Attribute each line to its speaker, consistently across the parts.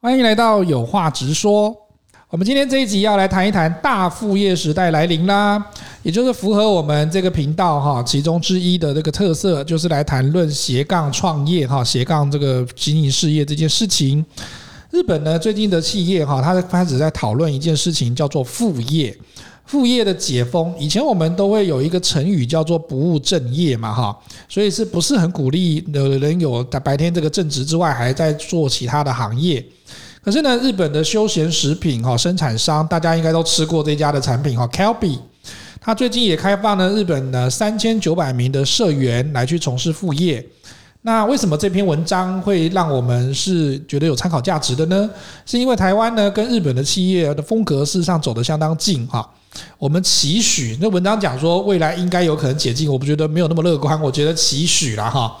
Speaker 1: 欢迎来到有话直说。我们今天这一集要来谈一谈大副业时代来临啦，也就是符合我们这个频道哈其中之一的这个特色，就是来谈论斜杠创业哈，斜杠这个经营事业这件事情。日本呢最近的企业哈，它开始在讨论一件事情，叫做副业。副业的解封，以前我们都会有一个成语叫做“不务正业”嘛，哈，所以是不是很鼓励有人有白天这个正职之外，还在做其他的行业？可是呢，日本的休闲食品哈、生产商，大家应该都吃过这家的产品哈 k e l b y 它最近也开放了日本的三千九百名的社员来去从事副业。那为什么这篇文章会让我们是觉得有参考价值的呢？是因为台湾呢跟日本的企业的风格事实上走得相当近哈、我们期许，那文章讲说未来应该有可能解禁，我不觉得没有那么乐观，我觉得期许啦哈。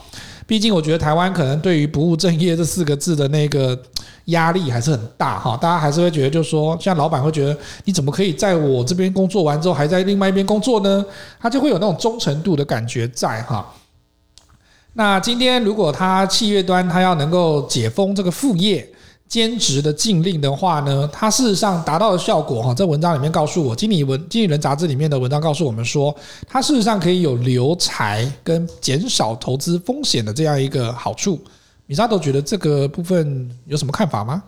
Speaker 1: 毕竟我觉得台湾可能对于“不务正业”这四个字的那个压力还是很大哈，大家还是会觉得就是说，像老板会觉得你怎么可以在我这边工作完之后还在另外一边工作呢？他就会有那种忠诚度的感觉在哈。那今天如果他企业端他要能够解封这个副业兼职的禁令的话呢，它事实上达到的效果哈，在文章里面告诉我，经理文经理人杂志里面的文章告诉我们说，它事实上可以有留财跟减少投资风险的这样一个好处。米莎都觉得这个部分有什么看法吗？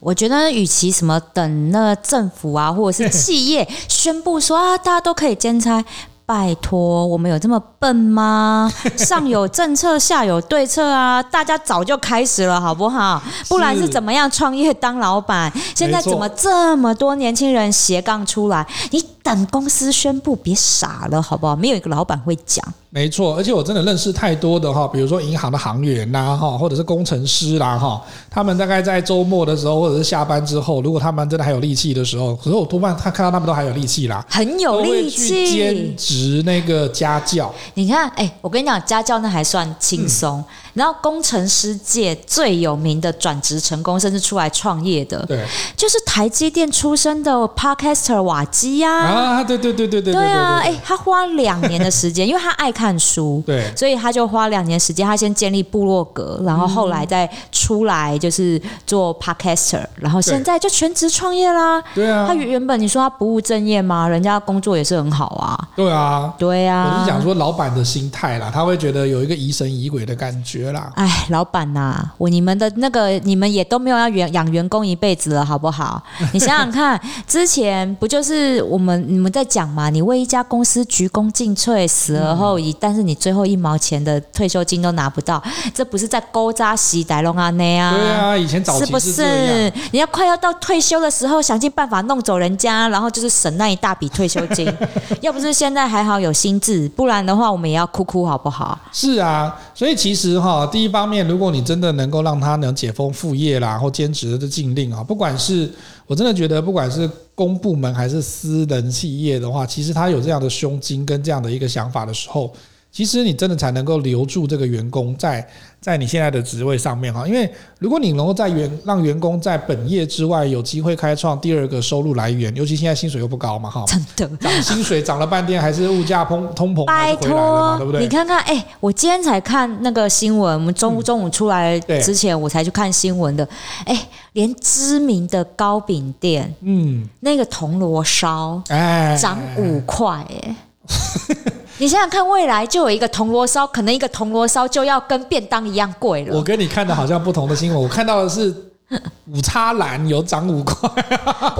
Speaker 2: 我觉得，与其什么等那政府啊，或者是企业宣布说啊，大家都可以兼差，拜托，我们有这么 笨吗？上有政策，下有对策啊，大家早就开始了，好不好？不然是怎么样创业当老板？现在
Speaker 1: 没错
Speaker 2: 怎么这么多年轻人斜杠出来？你等公司宣布，别傻了，好不好？没有一个老板会讲。
Speaker 1: 没错，而且我真的认识太多的哈，比如说银行的行员呐、哈，或者是工程师啦哈，他们大概在周末的时候或者是下班之后，如果他们真的还有力气的时候，可是我多半他看到他们都还有力气啦，
Speaker 2: 很有
Speaker 1: 都会
Speaker 2: 力
Speaker 1: 去
Speaker 2: 气
Speaker 1: 兼，职那个家教，
Speaker 2: 你看，哎、我跟你讲，家教那还算轻松。
Speaker 1: 嗯
Speaker 2: 然后工程师界最有名的转职成功，甚至出来创业的，
Speaker 1: 对
Speaker 2: 就是台积电出身的 Podcaster 瓦基呀、
Speaker 1: 啊，对对对对对对
Speaker 2: 对啊，哎、
Speaker 1: 对
Speaker 2: 他花两年的 时间，因为他爱看书，
Speaker 1: 对
Speaker 2: 所以他就花两年时间，他先建立部落格，然后后来再出来就是做 podcaster，然后现在就全职创业啦。
Speaker 1: 对啊
Speaker 2: 他，原本你说他不务正业吗？人家工作也是很好啊，
Speaker 1: 对啊，
Speaker 2: 对啊。
Speaker 1: 我是讲说老板的心态啦，他会觉得有一个疑神疑鬼的感觉啦。
Speaker 2: 哎，老板呐、我你们的那个，你们也都没有要员养员工一辈子了，好不好？ 你想想看，之前不就是我们你们在讲嘛？你为一家公司鞠躬尽瘁，死而后已，但是你最后一毛钱的退休金都拿不到，这不是在勾扎洗白龙阿内啊？
Speaker 1: 对啊，以前早
Speaker 2: 是
Speaker 1: 期
Speaker 2: 不
Speaker 1: 这样
Speaker 2: 是。？你要快要到退休的时候，想尽办法弄走人家，然后就是省那一大笔退休 金。要不是现在还好有心智，不然的话我们也要哭哭，好不好？
Speaker 1: 是啊，所以其实哈、第一方面，如果你真的能够让他能解封副业啦，或兼职的禁令啊，不管是我真的觉得，不管是公部门还是私人企业的话，其实他有这样的胸襟跟这样的一个想法的时候，其实你真的才能够留住这个员工在在你现在的职位上面啊哈。因为如果你能够在员让员工在本业之外有机会开创第二个收入来源，尤其现在薪水又不高嘛哈，
Speaker 2: 真的。
Speaker 1: 涨薪水涨了半天，还是物价通通膨还
Speaker 2: 拜
Speaker 1: 是回来了嘛，
Speaker 2: 托
Speaker 1: 对不，对？
Speaker 2: 你看看，哎、我今天才看那个新闻，我们中午中午出来
Speaker 1: 对
Speaker 2: 之前，我才去看新闻的。哎、连知名的糕饼店
Speaker 1: 嗯，
Speaker 2: 那个铜锣烧
Speaker 1: 哎，
Speaker 2: 涨五块，哎。你想想看，未来就有一个铜锣烧，可能一个铜锣烧就要跟便当一样贵
Speaker 1: 我
Speaker 2: 了。
Speaker 1: 跟你看的好像不同的新闻，我看到的是五叉蓝有涨五块，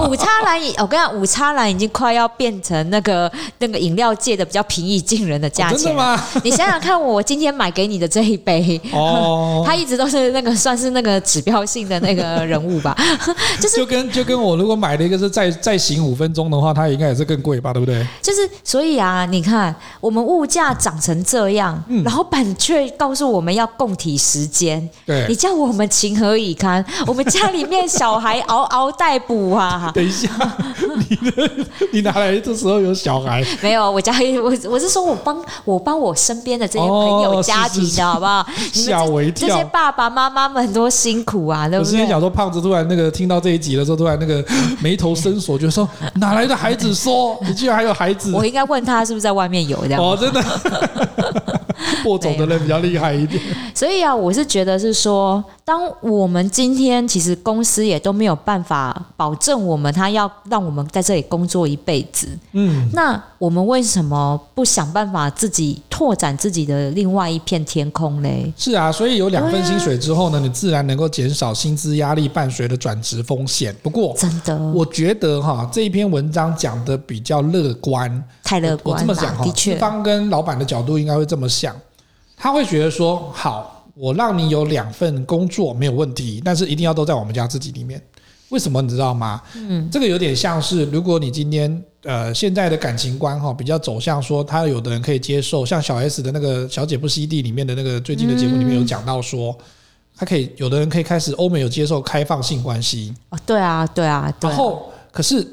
Speaker 2: 五叉兰已，我跟你讲，五叉兰已经快要变成那个那个饮料界的比较平易近人的价
Speaker 1: 真的
Speaker 2: 钱了。
Speaker 1: 吗？
Speaker 2: 你想想看，我今天买给你的这一杯，
Speaker 1: 哦，
Speaker 2: 他一直都是那个算是那个指标性的那个人物吧， 就是
Speaker 1: 就跟就跟我如果买了一个是再再醒五分钟的话，它应该也是更贵吧，对不对？
Speaker 2: 就是所以啊，你看我们物价涨成这样，
Speaker 1: 嗯
Speaker 2: 老板却告诉我们要共体时间，你
Speaker 1: 对。
Speaker 2: 叫我们情何以堪？ 我们家里面小孩嗷嗷待哺啊！
Speaker 1: 等一 下，你的你哪来这时候有小 孩？
Speaker 2: 没有，我家我我是说我帮我帮我身边的这些朋友
Speaker 1: 哦
Speaker 2: 家
Speaker 1: 是
Speaker 2: 庭
Speaker 1: 是是
Speaker 2: 的好不好？你
Speaker 1: 吓
Speaker 2: 们
Speaker 1: 我一
Speaker 2: 这这些
Speaker 1: 跳！
Speaker 2: 爸爸妈妈们多辛苦啊，对
Speaker 1: 我
Speaker 2: 不
Speaker 1: 之
Speaker 2: 对
Speaker 1: 前？想说，胖子突然那个听到这一集的时候，突然那个眉头深锁，就说哪来的孩子 说你居然还有孩子？
Speaker 2: 我应该问他是不是在外面有这样。
Speaker 1: 哦，真的， 播种的人比较厉害一点。
Speaker 2: 所以啊，我是觉得是说，当我们今天其实公司也都没有办法保证我们他要让我们在这里工作一辈子，
Speaker 1: 嗯，
Speaker 2: 那我们为什么不想办法自己拓展自己的另外一片天空嘞？
Speaker 1: 是啊，所以有两份薪水之后呢，你自然能够减少薪资压力伴随的转职风险。不过，
Speaker 2: 真的
Speaker 1: 我觉得哈这一篇文章讲的比较乐观，
Speaker 2: 太乐
Speaker 1: 我
Speaker 2: 观
Speaker 1: 这
Speaker 2: 了
Speaker 1: 么讲，哈，
Speaker 2: 的
Speaker 1: 资
Speaker 2: 确，
Speaker 1: 方跟老板的角度应该会这么想，他会觉得说，好，我让你有两份工作没有问题，但是一定要都在我们家自己里面。为什么你知道吗？嗯，这个有点像是，如果你今天呃现在的感情观哈、比较走向说，他有的人可以接受，像小 S 的那个《小姐不吸地》里面的那个最近的节目里面有讲到说，他可以有的人可以开始欧美有接受开放性关系，
Speaker 2: 哦，对啊，对啊，对
Speaker 1: 然
Speaker 2: 啊，
Speaker 1: 后，可是，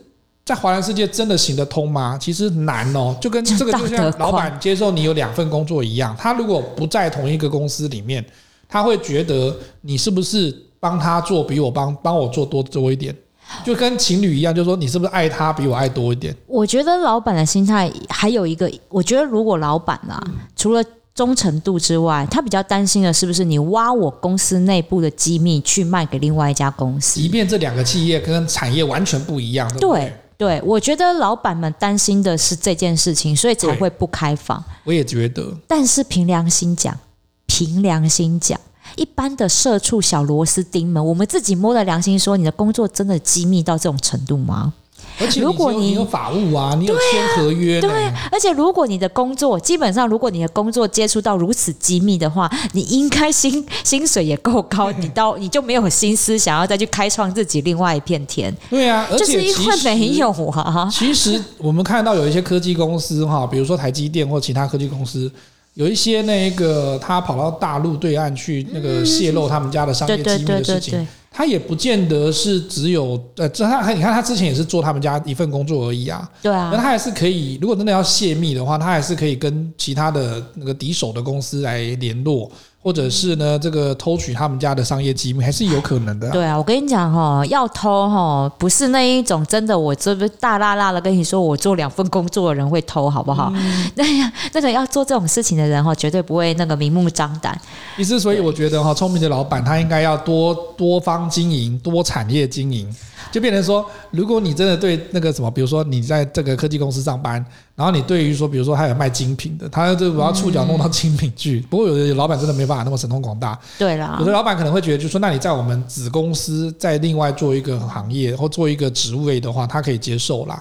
Speaker 1: 在华人世界真的行得通吗？其实难哦，就跟这个
Speaker 2: 道
Speaker 1: 就
Speaker 2: 德
Speaker 1: 像老板
Speaker 2: 框
Speaker 1: 接受你有两份工作一样，他如果不在同一个公司里面，他会觉得你是不是帮他做比我帮帮我做多多一 点，就跟情侣一样，就说你是不是爱他比我爱多一点？
Speaker 2: 我觉得老板的心态还有一个，我觉得如果老板啊，
Speaker 1: 嗯
Speaker 2: 除了忠诚度之外，他比较担心的是不是你挖我公司内部的机密去卖给另外一家公司？
Speaker 1: 即便这两个企业跟产业完全不一样，对不
Speaker 2: 对对，我觉得老板们担心的是这件事情，所以才
Speaker 1: 对
Speaker 2: 会不开放。
Speaker 1: 我也觉得，
Speaker 2: 但是凭良心讲，凭良心讲，一般的社畜小螺丝钉们，我们自己摸着良心说，你的工作真的机密到这种程度吗？
Speaker 1: 而且你
Speaker 2: 如果
Speaker 1: 有
Speaker 2: 你
Speaker 1: 你有法务啊，你有签合约呢，
Speaker 2: 对，啊而且如果你的工作基本上，如果你的工作接触到如此机密的话，你应该薪薪水也够高，你 到你就没有心思想要再去开创自己另外一片天，
Speaker 1: 对啊，而
Speaker 2: 就
Speaker 1: 且
Speaker 2: 是因
Speaker 1: 其
Speaker 2: 为
Speaker 1: 实
Speaker 2: 没有 啊。
Speaker 1: 其实我们看到有一些科技公司哈，比如说台积电或其他科技公司，有一些那个他跑到大陆对岸去那个泄露他们家的商业机
Speaker 2: 对对
Speaker 1: 密
Speaker 2: 对
Speaker 1: 的
Speaker 2: 对
Speaker 1: 事情，
Speaker 2: 对，
Speaker 1: 他也不见得是只有呃，这他你看他之前也是做他们家一份工作而已啊，
Speaker 2: 对
Speaker 1: 那
Speaker 2: 啊，
Speaker 1: 他还是可以，如果真的要泄密的话，他还是可以跟其他的那个敌手的公司来联络，或者是呢这个偷取他们家的商业机密，还是有可能的啊、
Speaker 2: 对啊，我跟你讲哦，要偷哦，不是那一种真的，我这不大辣辣的跟你说，我做两份工作的人会偷，好不好？那样那个要做这种事情的人哦，绝对不会那个明目张胆。
Speaker 1: 意思，所以我觉得哈，聪明的老板他应该要多多方经营，多产业经营，就变成说，如果你真的对那个什么，比如说你在这个科技公司上班，然后你对于说，比如说他有卖精品的，他就把触角弄到精品去。 不过有的老板真的没办法那么神通广大，
Speaker 2: 对啦
Speaker 1: 有，的老板可能会觉得，就说那你在我们子公司再另外做一个行业或做一个职位的话，他可以接受啦。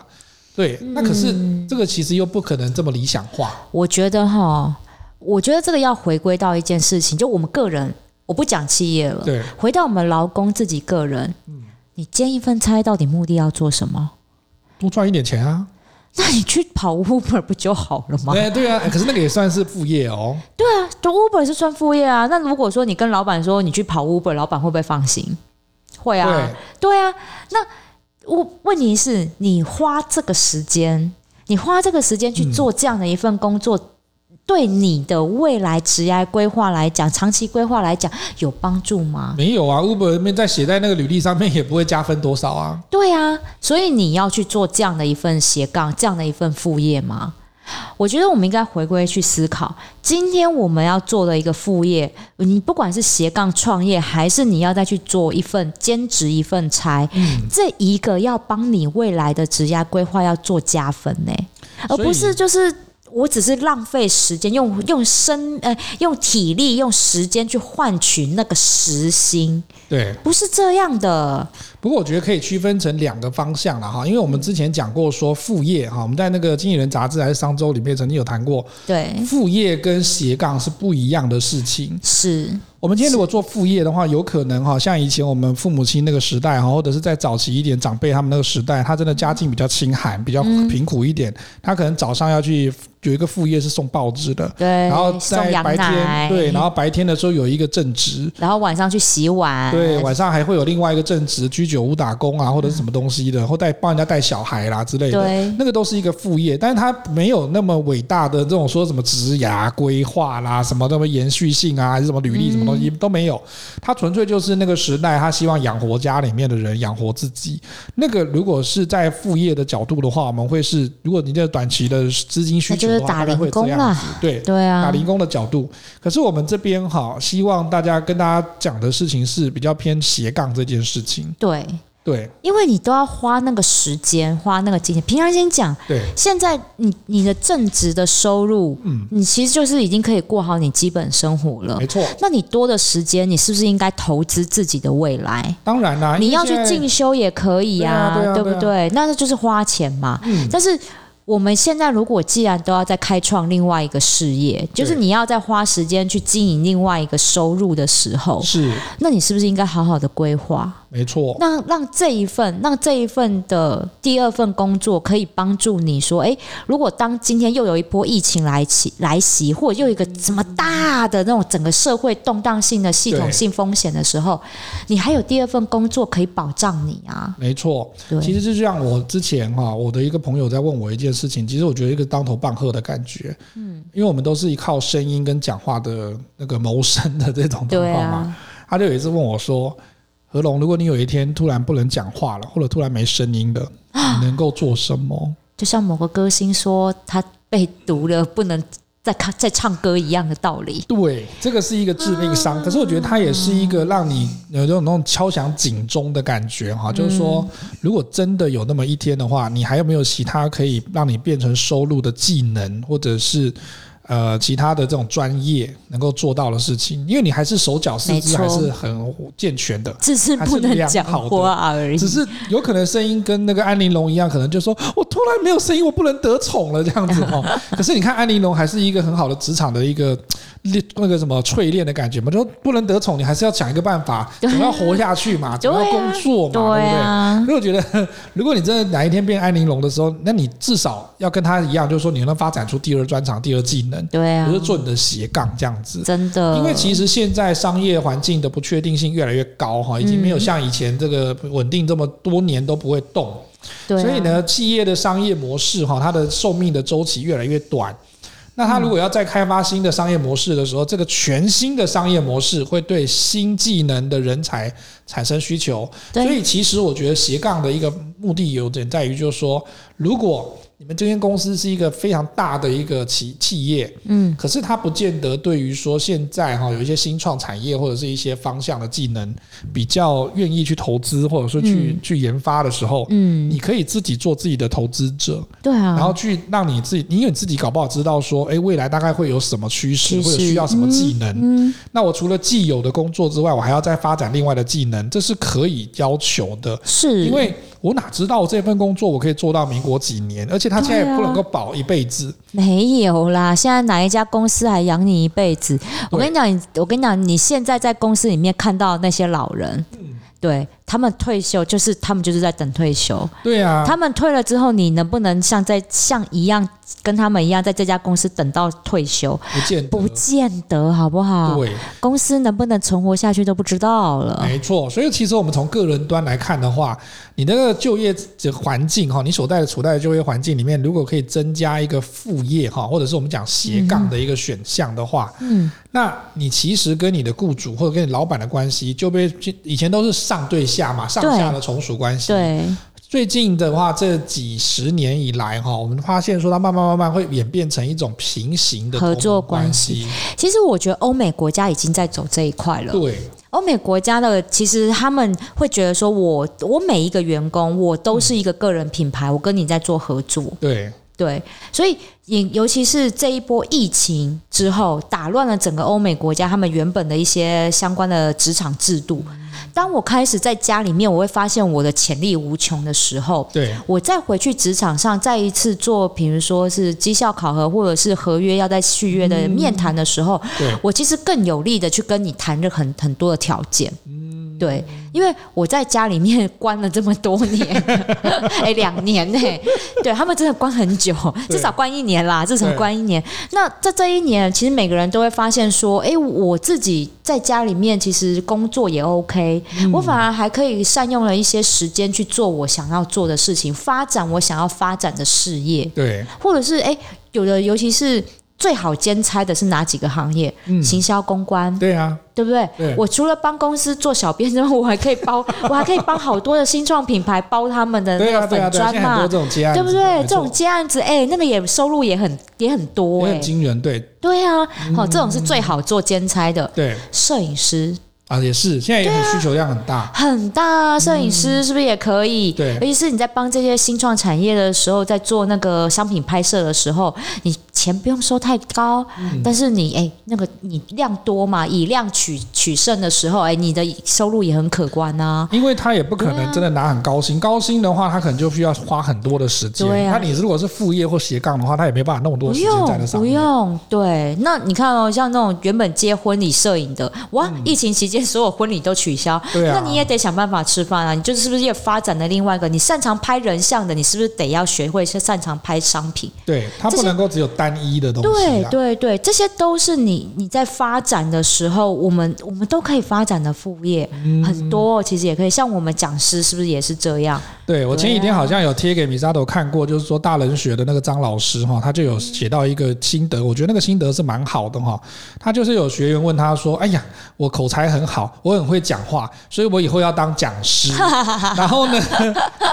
Speaker 1: 对，那可是这个其实又不可能这么理想化。
Speaker 2: 我觉得哈，我觉得这个要回归到一件事情，就我们个人，我不讲企业了，
Speaker 1: 对，
Speaker 2: 回到我们劳工自己个人，你兼一份差到底目的要做什么？
Speaker 1: 多赚一点钱啊。
Speaker 2: 那你去跑 Uber 不就好了吗？
Speaker 1: 对对啊，可是那个也算是副业哦。
Speaker 2: 啊就 Uber 是算副业啊。那如果说你跟老板说你去跑 Uber，老板会不会放心？会啊，
Speaker 1: 对。
Speaker 2: 对啊，那我问题是你花这个时间，你花这个时间去做这样的一份工作，对你的未来职业规划来讲，长期规划来讲有帮助吗？
Speaker 1: 没有啊，Uber 面在写在那个履历上面也不会加分多少啊。
Speaker 2: 对啊，所以你要去做这样的一份斜杠，这样的一份副业吗？我觉得我们应该回归去思考，今天我们要做的一个副业，你不管是斜杠创业，还是你要再去做一份兼职一份差，这一个要帮你未来的职业规划要做加分呢、而
Speaker 1: 所以
Speaker 2: 不是就是我只是浪费时间，用用身呃用体力用时间去换取那个时薪，
Speaker 1: 对，
Speaker 2: 不是这样的。
Speaker 1: 不过我觉得可以区分成两个方向了哈，因为我们之前讲过说副业哈，我们在那个《经纪人》杂志还是商周里面曾经有谈过，
Speaker 2: 对，
Speaker 1: 副业跟斜杠是不一样的事情。
Speaker 2: 是。
Speaker 1: 我们今天如果做副业的话，有可能哈，像以前我们父母亲那个时代哈，或者是在早期一点长辈他们那个时代，他真的家境比较清
Speaker 2: 嗯
Speaker 1: 寒，比较贫苦一点，他可能早上要去有一个副业是送报纸的。
Speaker 2: 对，
Speaker 1: 然后
Speaker 2: 送
Speaker 1: 在
Speaker 2: 羊
Speaker 1: 白
Speaker 2: 奶
Speaker 1: 天，对，然后白天的时候有一个正职，
Speaker 2: 然后晚上去洗碗，
Speaker 1: 对，晚上还会有另外一个正职，居酒屋打工啊，或者是什么东西的，或带帮人家带小孩啦之类的，
Speaker 2: 嗯对
Speaker 1: 那个都是一个副业，但是它没有那么伟大的这种说什么职涯规划啦，什么那么延续性啊，还是什么履历什么东东
Speaker 2: 嗯
Speaker 1: 西都没有，他纯粹就是那个时代，他希望养活家里面的人，养活自己。那个如果是在副业的角度的话，我们会是，如果你的短期的资金需求的话，
Speaker 2: 那就是打
Speaker 1: 大概会
Speaker 2: 零工
Speaker 1: 这样子， 对。
Speaker 2: 对
Speaker 1: 打
Speaker 2: 啊，
Speaker 1: 零工的角度，可是我们这边哈，希望大家跟大家讲的事情是比较偏斜杠这件事情。
Speaker 2: 对，
Speaker 1: 对
Speaker 2: 因为你都要花那个时间，花那个金钱。平常先讲，
Speaker 1: 对，
Speaker 2: 现在你你的正职的收入，
Speaker 1: 嗯，哎
Speaker 2: 你其实就是已经可以过好你基本生活了
Speaker 1: 没。错，
Speaker 2: 那你多的时间，你是不是应该投资自己的未来？
Speaker 1: 当然啦，
Speaker 2: 你
Speaker 1: 因为
Speaker 2: 要去
Speaker 1: 哎现在
Speaker 2: 进修也可以啊，
Speaker 1: 对啊对啊
Speaker 2: 不对？那那就是花钱嘛。
Speaker 1: 嗯
Speaker 2: 但是我们现在如果既然都要再开创另外一个事业，就是你要再花时间去经营另外一个收入的时候，
Speaker 1: 是
Speaker 2: 那你是不是应该好好的规划，
Speaker 1: 没错，
Speaker 2: 让让这一份让这一份的第二份工作可以帮助你说，诶，如果当今天又有一波疫情来袭来袭，或者又有一
Speaker 1: 嗯
Speaker 2: 个什么大的那种整个社会动荡性的系统
Speaker 1: 对
Speaker 2: 性风险的时候，你还有第二份工作可以保障你啊，
Speaker 1: 没错。
Speaker 2: 对。
Speaker 1: 其实就像我之前哈、我的一个朋友在问我一件事情，其实我觉得一个当头棒喝的感觉，嗯，因为我们都是靠声音跟讲话的那个谋生的这种状
Speaker 2: 对
Speaker 1: 况嘛。
Speaker 2: 啊，
Speaker 1: 他就有一次问我说：“何龙，如果你有一天突然不能讲话了，或者突然没声音 了，你能够做什么
Speaker 2: 就像某个歌星说他被毒了，不能再看再唱歌一样的道理？”。
Speaker 1: 对，这个是一个致命
Speaker 2: 嗯
Speaker 1: 伤，可是我觉得它也是一个让你有这种那种敲响警钟的感觉
Speaker 2: 嗯
Speaker 1: 哈，就是说，如果真的有那么一天的话，你还有没有其他可以让你变成收入的技能，或者是？呃，其他的这种专业能够做到的事情，因为你还是手脚四肢
Speaker 2: 没
Speaker 1: 还
Speaker 2: 错
Speaker 1: 是很健全的，
Speaker 2: 只是不能讲话而已，
Speaker 1: 只是有可能声音跟那个安玲珑一样，可能就说我突然没有声音，我不能得宠了这样子 哦。可是你看安玲珑还是一个很好的职场的一个练那个什么淬炼的感觉嘛，就不能得宠，你还是要想一个办法，
Speaker 2: 对啊
Speaker 1: 总要活下去嘛，总要工作嘛，对不
Speaker 2: 对
Speaker 1: 对？
Speaker 2: 啊，
Speaker 1: 所以我觉得，如果你真的哪一天变安玲珑的时候，那你至少要跟她一样，就是说你能发展出第二专长、第二技能，
Speaker 2: 对啊
Speaker 1: 不，是做你的斜杠这样子。
Speaker 2: 真的，
Speaker 1: 因为其实现在商业环境的不确定性越来越高
Speaker 2: 嗯
Speaker 1: 哈，已经没有像以前这个稳定这么多年都不会动，
Speaker 2: 对啊
Speaker 1: 所以，呢，企业的商业模式哈，它的寿命的周期越来越短。那它如果要再开发新的商业模式的时候，这个全新的商业模式会对新技能的人才产生需求，所
Speaker 2: 对
Speaker 1: 以其实我觉得斜杠的一个目的有点在于，就是说，如果你们这间公司是一个非常大的一个企企业，
Speaker 2: 嗯，
Speaker 1: 可是它不见得对于说现在哈有一些新创产业或者是一些方向的技能比较愿意去投资，或者说去、去研发的时候，
Speaker 2: 嗯，
Speaker 1: 你可以自己做自己的投资者，
Speaker 2: 对啊，
Speaker 1: 然后去让你自己，因为你自己搞不好知道说，哎，未来大概会有什么趋势，
Speaker 2: 趋势
Speaker 1: 或者需要什么技能。
Speaker 2: 嗯，
Speaker 1: 那我除了既有的工作之外，我还要再发展另外的技能，这是可以要求的。
Speaker 2: 是，
Speaker 1: 因为我哪知道这份工作我可以做到民国几年，而且它现在也不能够保一辈子。
Speaker 2: 没有啦，现在哪一家公司还养你一辈子？我跟你讲，你我跟你讲，你现在在公司里面看到那些老人，
Speaker 1: 嗯
Speaker 2: 对他们退休，就是他们就是在等退休。
Speaker 1: 对啊，
Speaker 2: 他们退了之后，你能不能像在像一样跟他们一样，在这家公司等到退休？
Speaker 1: 不见得
Speaker 2: 不见得，好不好？
Speaker 1: 对，
Speaker 2: 公司能不能存活下去都不知道了。
Speaker 1: 没错。所以其实我们从个人端来看的话，你那个就业的环境哈，你所在的处在的就业环境里面，如果可以增加一个副业哈，或者是我们讲斜杠的一个选项的话，
Speaker 2: 嗯，
Speaker 1: 那你其实跟你的雇主或者跟你老板的关系就被以前都是上对下嘛，上下的从属关系，
Speaker 2: 对，
Speaker 1: 最近的话，这几十年以来哈，我们发现说它慢慢慢慢会演变成一种平行的
Speaker 2: 合作
Speaker 1: 同盟关
Speaker 2: 关
Speaker 1: 系。
Speaker 2: 其实我觉得欧美国家已经在走这一块了。
Speaker 1: 对，
Speaker 2: 欧美国家的其实他们会觉得说我，我每一个员工，我都
Speaker 1: 嗯
Speaker 2: 是一个个人品牌，我跟你在做合作，
Speaker 1: 对，
Speaker 2: 对，所以也尤其是这一波疫情之后，打乱了整个欧美国家他们原本的一些相关的职场制度。当我开始在家里面，我会发现我的潜力无穷的时候，
Speaker 1: 对，
Speaker 2: 我再回去职场上再一次做，比如说是绩效考核或者是合约要在续约的面谈的时候，
Speaker 1: 对，
Speaker 2: 我其实更有力的去跟你谈这很很多的条件。对，因为我在家里面关了这么多年，哎、两年呢、对他们真的关很久，
Speaker 1: 对
Speaker 2: 至少关一年啦，至少关一年。那在这一年，其实每个人都会发现说，哎、我自己在家里面其实工作也 OK，、我反而还可以善用了一些时间去做我想要做的事情，发展我想要发展的事业。
Speaker 1: 对，
Speaker 2: 哎或者是诶，有的尤其是。最好兼差的是哪几个行业？
Speaker 1: 嗯
Speaker 2: 行销、公关，
Speaker 1: 对啊，
Speaker 2: 对不对？
Speaker 1: 对
Speaker 2: 我除了帮公司做小编之外，我还可以 包，我还可以帮好多的新创品牌包他们的那
Speaker 1: 对啊，
Speaker 2: 个
Speaker 1: 对啊，
Speaker 2: 粉
Speaker 1: 对啊，
Speaker 2: 砖
Speaker 1: 现在很
Speaker 2: 嘛
Speaker 1: 多，这种接案
Speaker 2: 对
Speaker 1: 子，
Speaker 2: 不对？
Speaker 1: 没
Speaker 2: 这
Speaker 1: 错
Speaker 2: 种接案子，哎，那个也收入也很也很多
Speaker 1: 也
Speaker 2: 哎
Speaker 1: 很，惊人，嗯对
Speaker 2: 对啊，好，这种是最好做兼差的。
Speaker 1: 对
Speaker 2: 摄影师
Speaker 1: 啊，也是，现在也很需求量很大，
Speaker 2: 很大啊，摄影师是不是也可以？
Speaker 1: 嗯对
Speaker 2: 尤其是你在帮这些新创产业的时候，在做那个商品拍摄的时候，你钱不用收太高，
Speaker 1: 嗯
Speaker 2: 但是你哎、那个你量多嘛，以量取取胜的时候，哎、你的收入也很可观啊。
Speaker 1: 因为他也不可能真的拿很高薪，高薪的话，他可能就需要花很多的时间。
Speaker 2: 对啊
Speaker 1: 那你如果是副业或斜杠的话，他也没办法那么多
Speaker 2: 不
Speaker 1: 时间在那
Speaker 2: 用，
Speaker 1: 上
Speaker 2: 不
Speaker 1: 面。
Speaker 2: 用，对。那你看哦，像那种原本接婚礼摄影的，哇，疫情期间所有婚礼都取消，
Speaker 1: 嗯对啊
Speaker 2: 那你也得想办法吃饭啊。你就是不是也发展了另外一个？你擅长拍人像的，你是不是得要学会是擅长拍商品？
Speaker 1: 对他
Speaker 2: 这
Speaker 1: 不
Speaker 2: 些
Speaker 1: 能够只有单一的东西
Speaker 2: 对
Speaker 1: 啊。
Speaker 2: 对对，这些都是你你在发展的时候，我们我们都可以发展的副业、
Speaker 1: 嗯
Speaker 2: 很多哦，其实也可以。像我们讲师是不是也是这样？
Speaker 1: 对我前几天好像有贴给米沙头看过，就是说大人学的那个张老师哈，他就有写到一个心得，我觉得那个心得是蛮好的哈。他就是有学员问他说：“哎呀，我口才很好，我很会讲话，所以我以后要当讲师。”然后呢，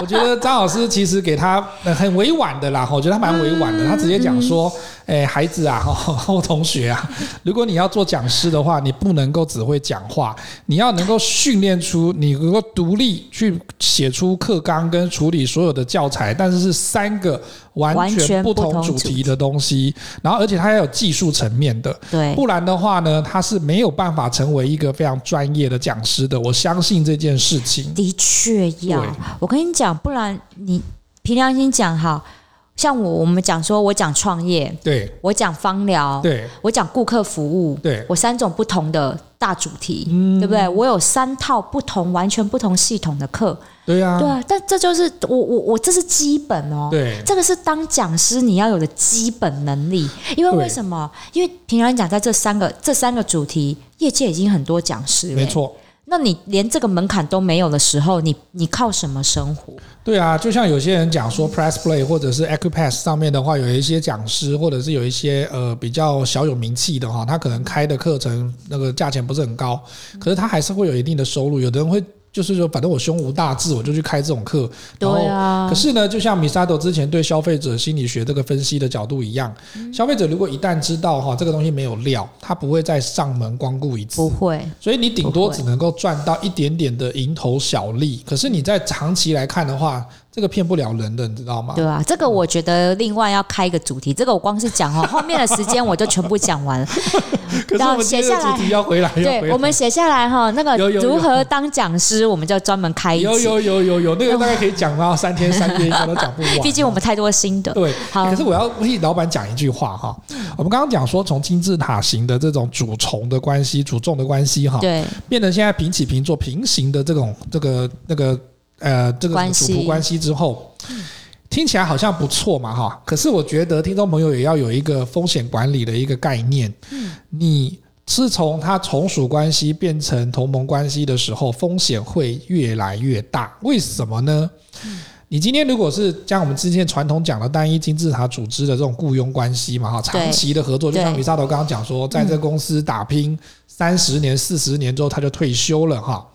Speaker 1: 我觉得张老师其实给他呃很委婉的啦，我觉得他蛮委婉的，他直接讲说：“哎，孩子啊， 或同学啊，如果你要做讲师的话，你不能够只会讲话，你要能够训练出你能够独立去写出课纲跟处理所有的教材，但是是三个完
Speaker 2: 完
Speaker 1: 全
Speaker 2: 全
Speaker 1: 不
Speaker 2: 不同
Speaker 1: 同主
Speaker 2: 主
Speaker 1: 题的东西，然后而且它还有技术层面的，
Speaker 2: 对，
Speaker 1: 不然的话呢，他是没有办法成为一个非常专业的讲师的。我相信这件事情，
Speaker 2: 的确要
Speaker 1: 对。
Speaker 2: 我跟你讲，不然你凭良心讲哈，像我我们讲说，我讲创业，
Speaker 1: 对
Speaker 2: 我讲芳疗，
Speaker 1: 对
Speaker 2: 我讲顾客服务，
Speaker 1: 对嗯
Speaker 2: 我三种不同的大主题，对不对？我有三套不同、完全不同系统的课，
Speaker 1: 对啊
Speaker 2: 对，啊。但这就是我我我这是基本哦，
Speaker 1: 对
Speaker 2: 这个是当讲师你要有的基本能力，因为
Speaker 1: 对
Speaker 2: 为什么？因为平常讲在这三个这三个主题，业界已经很多讲师了，
Speaker 1: 没。错。
Speaker 2: 那你连这个门槛都没有的时候，你你靠什么生活？
Speaker 1: 对啊，就像有些人讲说，Press Play 或者是 Equipass 上面的话，有一些讲师或者是有一些呃比较小有名气的哈，他可能开的课程那个价钱不是很高，可是他还是会有一定的收入。有的人会就是说，反正我胸无大志，我就去开这种课。然后
Speaker 2: 对啊
Speaker 1: 可是呢，就像米沙头之前对消费者心理学这个分析的角度一样，
Speaker 2: 嗯
Speaker 1: 消费者如果一旦知道哈这个东西没有料，他不会再上门光顾一次
Speaker 2: 不。会，
Speaker 1: 所以你顶
Speaker 2: 不
Speaker 1: 多
Speaker 2: 会
Speaker 1: 只能够赚到一点点的蝇头小利，可是你在长期来看的话，这个骗不了人的，你知道吗？
Speaker 2: 对啊，这个我觉得另外要开一个主题，这个我光 是讲哦，后面的时间我就全部讲完了。
Speaker 1: 可是我们今天的主题要回来，哎要回
Speaker 2: 对，我
Speaker 1: 来。
Speaker 2: 们写下来哈，那个
Speaker 1: 有有有
Speaker 2: 如何当讲师，我们就专门开一
Speaker 1: 哎有
Speaker 2: 集。
Speaker 1: 有有有有，那个大概可以讲到三天三夜，应该都讲不完。
Speaker 2: 毕竟我们太多心得。
Speaker 1: 对，哎
Speaker 2: 好
Speaker 1: 可是我要替老板讲一句话哈。我们刚刚讲说，从金字塔型的这种主从的关系、主重的关系哈，
Speaker 2: 对
Speaker 1: 变成现在平起平坐、平行的这种这个那个呃这个
Speaker 2: 关
Speaker 1: 主
Speaker 2: 系嗯
Speaker 1: 仆关系之后，听起来好像不错嘛哈。可是我觉得听众朋友也要有一个风险管理的一个概念。
Speaker 2: 嗯
Speaker 1: 你是从它从属关系变成同盟关系的时候，风险会越来越大。为什么呢？
Speaker 2: 嗯
Speaker 1: 你今天如果是像我们之前传统讲的单一金字塔组织的这种雇佣关系嘛，哈，
Speaker 2: 对
Speaker 1: 长期的合作，就像
Speaker 2: 对嗯
Speaker 1: 米沙头刚刚讲说，在这个公司打拼三十年、四十年之后，他就退休了哈。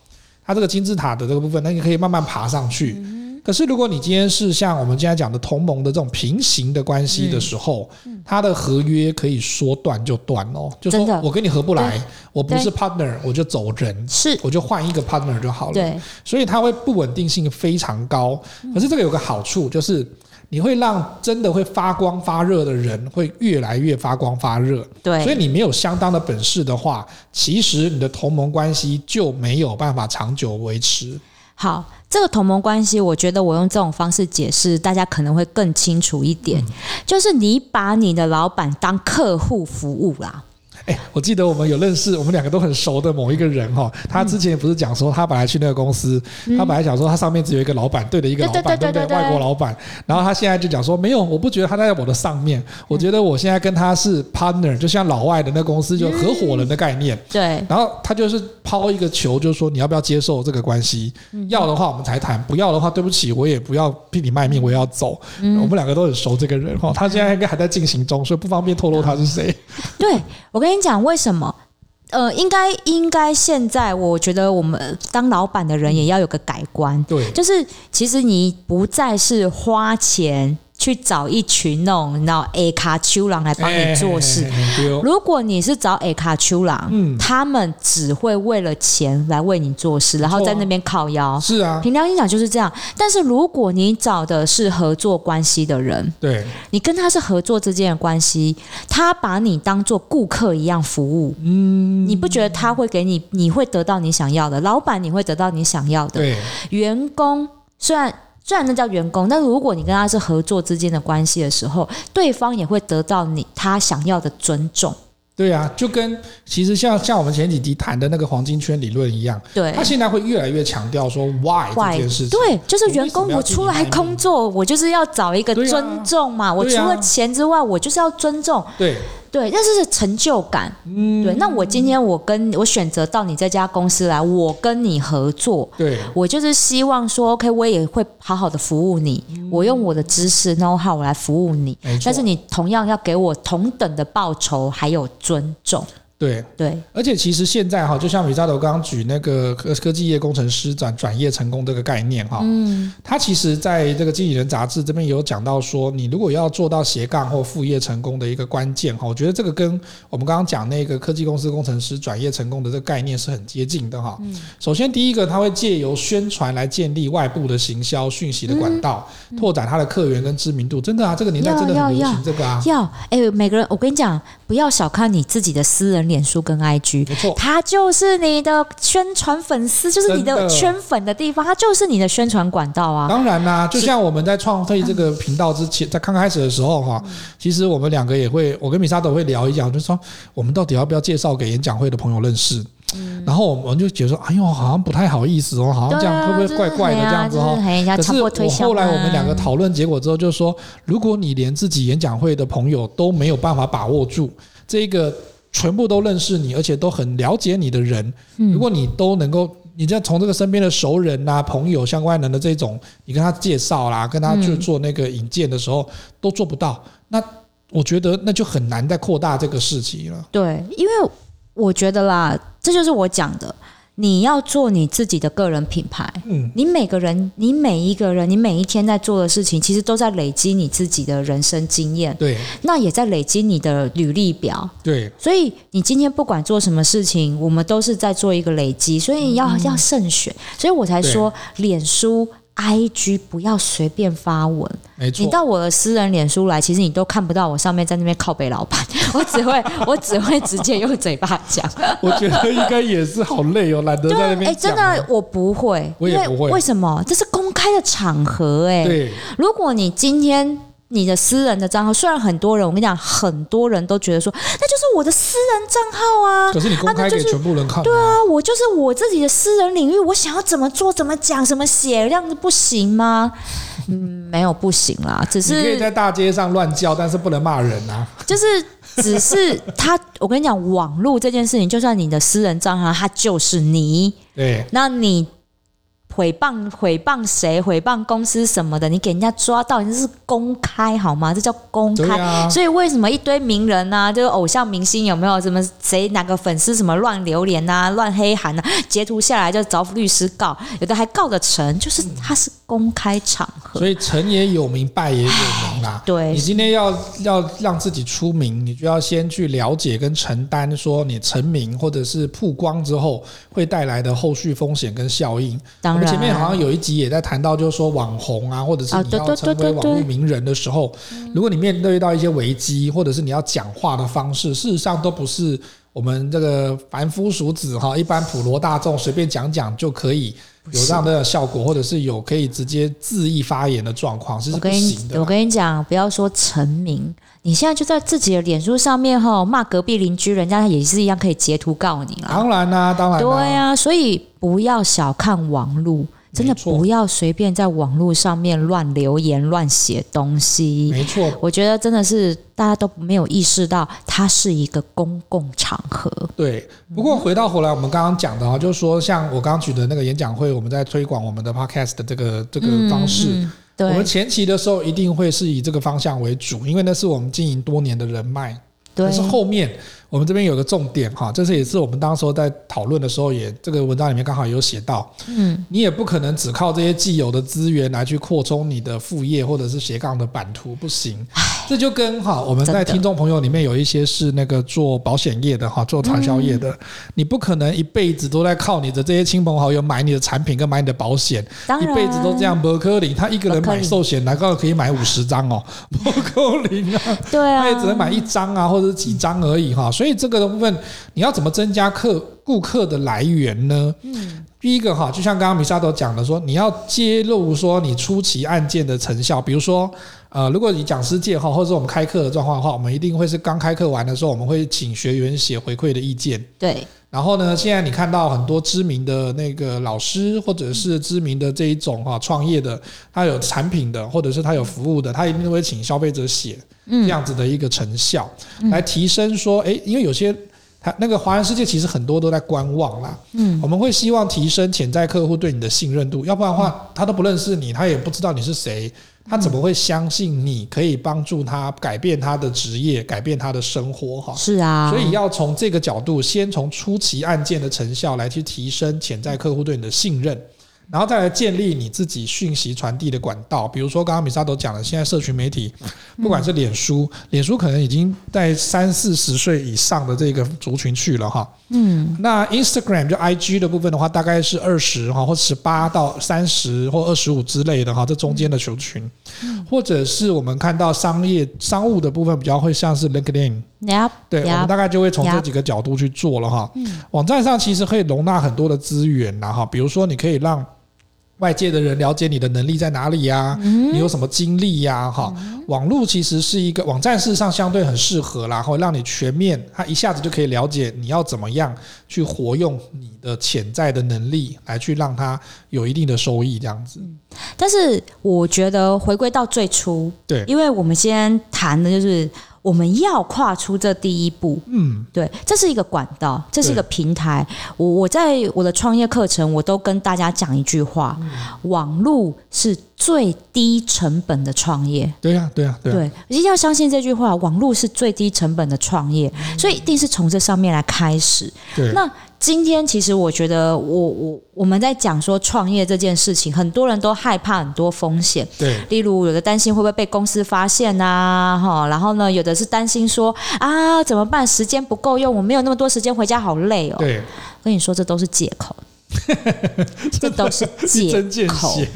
Speaker 1: 他这个金字塔的这个部分，那你可以慢慢爬上去。
Speaker 2: 嗯
Speaker 1: 可是如果你今天是像我们今天讲的同盟的这种平行的关系
Speaker 2: 嗯
Speaker 1: 的时候，他的合约可以说断就断哦，就
Speaker 2: 真
Speaker 1: 说
Speaker 2: 的
Speaker 1: 我跟你合不来，我不
Speaker 2: 对
Speaker 1: 是 partner，我就走人，
Speaker 2: 是，
Speaker 1: 我就换一个 partner 就好了。
Speaker 2: 对
Speaker 1: 所以它会不稳定性非常高。可是这个有个好处，就是你会让真的会发光发热的人会越来越发光发热。所以
Speaker 2: 对
Speaker 1: 你没有相当的本事的话，其实你的同盟关系就没有办法长久维持。
Speaker 2: 好。这个同盟关系，我觉得我用这种方式解释，大家可能会
Speaker 1: 嗯
Speaker 2: 更清楚一点。就是你把你的老板当客户服务啦，
Speaker 1: 哎，我记得我们有认识，我们两个都很熟的某一个人哈，他之前不是讲说他本来去那个公司，他本来想说他上面只有一个老板，对的一个老板，
Speaker 2: 嗯对对对
Speaker 1: 对不
Speaker 2: 对对
Speaker 1: 外国老板，然后他现在就讲说没有，我不觉得他在我的上面，我觉得我现在跟他是 partner，就像老外的那公司就合伙人的概念。
Speaker 2: 对，
Speaker 1: 然后他就是抛一个球，就是说你要不要接受这个关系？
Speaker 2: 嗯
Speaker 1: 要的话我们才谈，不要的话，对不起，我也不要替你卖命，我也要走。
Speaker 2: 嗯
Speaker 1: 我们两个都很熟这个人哈，哦他现在应该还在进行中，所以不方便透露他是
Speaker 2: 嗯
Speaker 1: 谁。
Speaker 2: 对我跟你讲，为什么？呃，应该应该现在，我觉得我们当老板的人也要有个改观，
Speaker 1: 对，
Speaker 2: 就是其实你不再是花钱去找一群那种然后 A 卡丘郎来帮你做事
Speaker 1: 哎，。哎哎哎对哦
Speaker 2: 如果你是找 A 卡丘郎，
Speaker 1: 嗯
Speaker 2: 他们只会为了钱来为你做事，然后
Speaker 1: 啊
Speaker 2: 在那边靠腰。
Speaker 1: 是啊，
Speaker 2: 凭良心讲就是这样，但是如果你找的是合作关系的人，
Speaker 1: 对，
Speaker 2: 你跟他是合作之间的关系，他把你当做顾客一样服务，嗯，你不觉得他会给你，你会得到你想要的，老板你会得到你想要的，
Speaker 1: 对，
Speaker 2: 员工虽然。虽然那叫员工，但如果你跟他是合作之间的关系的时候，对方也会得到你他想要的尊重。
Speaker 1: 对啊，就跟其实像像我们前几集谈的那个黄金圈理论一样，
Speaker 2: 对，
Speaker 1: 他现在会越来越强调说 why 这件事情。
Speaker 2: 对，就是
Speaker 1: 我为
Speaker 2: 员
Speaker 1: 什
Speaker 2: 工
Speaker 1: 么要
Speaker 2: 我
Speaker 1: 自己
Speaker 2: 出来
Speaker 1: 卖命
Speaker 2: 工作，我就是要找一个
Speaker 1: 对啊
Speaker 2: 尊重嘛。我除
Speaker 1: 对啊
Speaker 2: 了钱之外，我就是要尊重。
Speaker 1: 对，
Speaker 2: 对，那是成就感。
Speaker 1: 嗯，
Speaker 2: 对，那我今天我跟我选择到你这家公司来，我跟你合作，
Speaker 1: 对，
Speaker 2: 我就是希望说，OK，我也会好好的服务你，我用我的知识 know how 来服务你
Speaker 1: 嗯没，错
Speaker 2: 但是你同样要给我同等的报酬，还有尊重。
Speaker 1: 对。
Speaker 2: 对，
Speaker 1: 而且其实现在哈，就像米扎头刚刚举那个科科技业工程师转转业成功这个概念哈，嗯，他其实在这个经理人杂志这边有讲到说，你如果要做到斜杠或副业成功的一个关键哈，我觉得这个跟我们刚刚讲那个科技公司工程师转业成功的这个概念是很接近的哈。
Speaker 2: 嗯
Speaker 1: 首先第一个，他会借由宣传来建立外部的行销讯息的管道，拓展他的客源跟知名度。真的啊，这个年代真的
Speaker 2: 嗯要
Speaker 1: 很流
Speaker 2: 要
Speaker 1: 行这个啊，
Speaker 2: 要哎、每个人，我跟你讲，不要小看你自己的私人脸书跟 IG，
Speaker 1: 没错，
Speaker 2: 它就是你的宣传粉丝，就是你
Speaker 1: 真
Speaker 2: 的
Speaker 1: 的
Speaker 2: 圈粉的地方，它就是你的宣传管道啊。
Speaker 1: 当然啦、就像我们在创立这个频道之前，在刚开始的时候哈、
Speaker 2: 嗯
Speaker 1: 其实我们两个也会，我跟米莎都会聊一讲，就说我们到底要不要介绍给演讲会的朋友认识。然后我们就觉得说，哎呦，好像不太好意思哦，好像这
Speaker 2: 嗯对啊
Speaker 1: 样会不会怪怪的这样子哦？
Speaker 2: 就是人家
Speaker 1: 可是
Speaker 2: 强迫推
Speaker 1: 我
Speaker 2: 销。啊
Speaker 1: 后来我们两个，讨论结果之后，就说，如果你连自己演讲会的朋友都没有办法把握住，这个全部都认识你，而且都很了解你的人，
Speaker 2: 嗯
Speaker 1: 如果你都能够，你这样从这个身边的熟人呐、朋友、相关人的这种，你跟他介绍啦，跟他去做那个引荐的时候，都做不到，那我觉得那就很难再扩大这个事情了。
Speaker 2: 对，因为我觉得啦，这就是我讲的，你要做你自己的个人品牌。
Speaker 1: 嗯，
Speaker 2: 你每个人，你每一个人，你每一天在做的事情，其实都在累积你自己的人生经验，
Speaker 1: 对
Speaker 2: 那也在累积你的履历表。
Speaker 1: 对，
Speaker 2: 所以你今天不管做什么事情，我们都是在做一个累积，所以
Speaker 1: 嗯
Speaker 2: 要、要慎选。所以我才说，脸书、IG 不要随便发文。
Speaker 1: 没
Speaker 2: 你
Speaker 1: 错，
Speaker 2: 到我的私人脸书来，其实你都看不到我上面在那边靠北老板， 我只会我只会直接用嘴巴讲。
Speaker 1: 我觉得应该也是好累哦，懒得在那
Speaker 2: 哎、
Speaker 1: 边
Speaker 2: 真
Speaker 1: 讲。
Speaker 2: 的我不会，
Speaker 1: 我也
Speaker 2: 因为
Speaker 1: 不会
Speaker 2: 为什么？这是公开的场合、哎，
Speaker 1: 对
Speaker 2: 如果你今天你的私人的账号，虽然很多人，我跟你讲，很多人都觉得说那就是我的私人账号啊，
Speaker 1: 可是你公
Speaker 2: 啊那
Speaker 1: 开
Speaker 2: 就
Speaker 1: 给
Speaker 2: 是
Speaker 1: 全部人看、啊，
Speaker 2: 对啊，我就是我自己的私人领域，我想要怎么做、怎么讲、怎么写，这样子不行吗？嗯，没有不行啦，只
Speaker 1: 你可以
Speaker 2: 是啊
Speaker 1: 在大街上乱叫，但是不能骂人啊。
Speaker 2: 就是只是他，我跟你讲，网络这件事情，就算你的私人账号，它就是你，
Speaker 1: 对，
Speaker 2: 那你诽谤诽谤谁、诽谤公司什么的，你给人家抓到，你这是公开好吗？这叫公
Speaker 1: 对
Speaker 2: 开。
Speaker 1: 啊，
Speaker 2: 所以为什么一堆名人啊，就是偶像明星有没有什么谁哪个粉丝什么乱留言呐、乱黑函呐、啊截图下来就找律师告，有的还告得成，就是他是公开场合
Speaker 1: 所。以成也有名，败也有名啦。
Speaker 2: 对
Speaker 1: 你今天要要让自己出名，你就要先去了解跟承担，说你成名或者是曝光之后会带来的后续风险跟效应。
Speaker 2: 当
Speaker 1: 我们
Speaker 2: 然，
Speaker 1: 前面好像有一集也在谈到，就是说网红啊，或者是
Speaker 2: 啊
Speaker 1: 你
Speaker 2: 对
Speaker 1: 要
Speaker 2: 对
Speaker 1: 成
Speaker 2: 对
Speaker 1: 为
Speaker 2: 对
Speaker 1: 网络
Speaker 2: 对
Speaker 1: 名人的时候，如果你面对到一些危机，或者是你要讲话的方式，事实上都不是我们这个凡夫俗子哈，一般普罗大众随便讲讲就可以有这样的效果，或者是有可以直接恣意发言的状况，这是
Speaker 2: 我
Speaker 1: 不
Speaker 2: 跟
Speaker 1: 行
Speaker 2: 你
Speaker 1: 的
Speaker 2: 我
Speaker 1: 啦。
Speaker 2: 跟你讲，不要说成名，你现在就在自己的脸书上面吼骂隔壁邻居，人家也是一样可以截图告你啦。
Speaker 1: 当然啦、当然啦、
Speaker 2: 对啊，所以不要小看网络，真的
Speaker 1: 没错
Speaker 2: 不要随便在网络上面乱留言、乱写东西。
Speaker 1: 没错，
Speaker 2: 我觉得真的是大家都没有意识到，它是一个公共场合。
Speaker 1: 对，不过回到回来，我们刚刚讲的啊，就是说，像我刚刚举的那个演讲会，我们在推广我们的 podcast 的这个这个方式。
Speaker 2: 嗯嗯
Speaker 1: 我们
Speaker 2: 对
Speaker 1: 前期的时候一定会是以这个方向为主，因为那是我们经营多年的人脉。
Speaker 2: 对
Speaker 1: 可是后面我们这边有个重点哈，这是也是我们当时候在讨论的时候也这个文章里面刚好有写到，
Speaker 2: 嗯，
Speaker 1: 你也不可能只靠这些既有的资源来去扩充你的副业或者是斜杠的版图，不行。这就跟哈我们
Speaker 2: 真
Speaker 1: 在
Speaker 2: 的嗯
Speaker 1: 听众朋友里面有一些是那个做保险业的哈，做传销业的，你不可能一辈子都在靠你的这些亲朋好友买你的产品跟买你的保险，
Speaker 2: 当
Speaker 1: 一
Speaker 2: 然啊
Speaker 1: 辈子都这样。伯克林他一个人
Speaker 2: 不可
Speaker 1: 买
Speaker 2: 能
Speaker 1: 寿险，难道可以买五十张哦？ 伯克林啊，
Speaker 2: 对啊，
Speaker 1: 他也只能买一张啊，或者是几张而已哈。所以这个的部分，你要怎么增加客顾客的来源呢？
Speaker 2: 嗯，
Speaker 1: 第一个哈，就像刚刚米莎都讲的说，你要揭露说你初期案件的成效，比如说。呃，如果以讲师界哈，或者是我们开课的状况的话，我们一定会是刚开课完的时候，我们会请学员写回馈的意见。
Speaker 2: 对，
Speaker 1: 然后呢，现在你看到很多知名的那个老师，或者是知名的这一种哈、创业的，他有产品的，或者是他有服务的，他一定会请消费者写这
Speaker 2: 嗯，
Speaker 1: 样子的一个成效，来提升说，诶，因为有些他那个华人世界其实很多都在观望啦，
Speaker 2: 嗯，
Speaker 1: 我们会希望提升潜在客户对你的信任度，要不然的话，他都不认识你，他也不知道你是谁，他
Speaker 2: 嗯
Speaker 1: 怎么会相信你可以帮助他改变他的职业，改变他的生活哈？
Speaker 2: 是啊，
Speaker 1: 所以要从这个角度，先从初期案件的成效来去提升潜在客户对你的信任，然后再来建立你自己讯息传递的管道。比如说，刚刚米莎都讲了，现在社群媒体，不管是脸书，脸书可能已经在三四十岁以上的这个族群去了哈。
Speaker 2: 嗯，
Speaker 1: 那 Instagram 就 IG 的部分的话，大概是二十哈，或十八到三十或二十五之类的哈，这中间的球群，或者是我们看到商业商务的部分比较会像是 LinkedIn。
Speaker 2: 你要
Speaker 1: 对，我们大概就会从这
Speaker 2: Yup
Speaker 1: 几个角度去做了哈。
Speaker 2: 嗯
Speaker 1: 网站上其实可以容纳很多的资源啦哈，比如说你可以让外界的人了解你的能力在哪里呀、
Speaker 2: 嗯
Speaker 1: 你有什么经历呀哈。网络其实是一个网站，事实上相对很适合啦，然后让你全面，它一下子就可以了解你要怎么样去活用你的潜在的能力，来去让它有一定的收益这样子。
Speaker 2: 但是我觉得回归到最初，
Speaker 1: 对
Speaker 2: 因为我们先谈的就是我们要跨出这第一步，
Speaker 1: 嗯，
Speaker 2: 对，这是一个管道，这是一个平台。我我在我的创业课程，我都跟大家讲一句话：
Speaker 1: 嗯
Speaker 2: 网络是最低成本的创业。
Speaker 1: 对呀、对呀、啊对呀、
Speaker 2: 对，一定要相信这句话，网络是最低成本的创业，
Speaker 1: 嗯
Speaker 2: 所以一定是从这上面来开始。
Speaker 1: 对
Speaker 2: 那今天其实我觉得我，我我们在讲说创业这件事情，很多人都害怕很多风险，
Speaker 1: 对
Speaker 2: 例如有的担心会不会被公司发现呐、哈，然后呢，有的是担心说啊怎么办，时间不够用，我没有那么多时间回家，好累哦。
Speaker 1: 对，
Speaker 2: 跟你说，这都是借 口。这都是
Speaker 1: 一
Speaker 2: 借
Speaker 1: 针见
Speaker 2: 口
Speaker 1: 血，，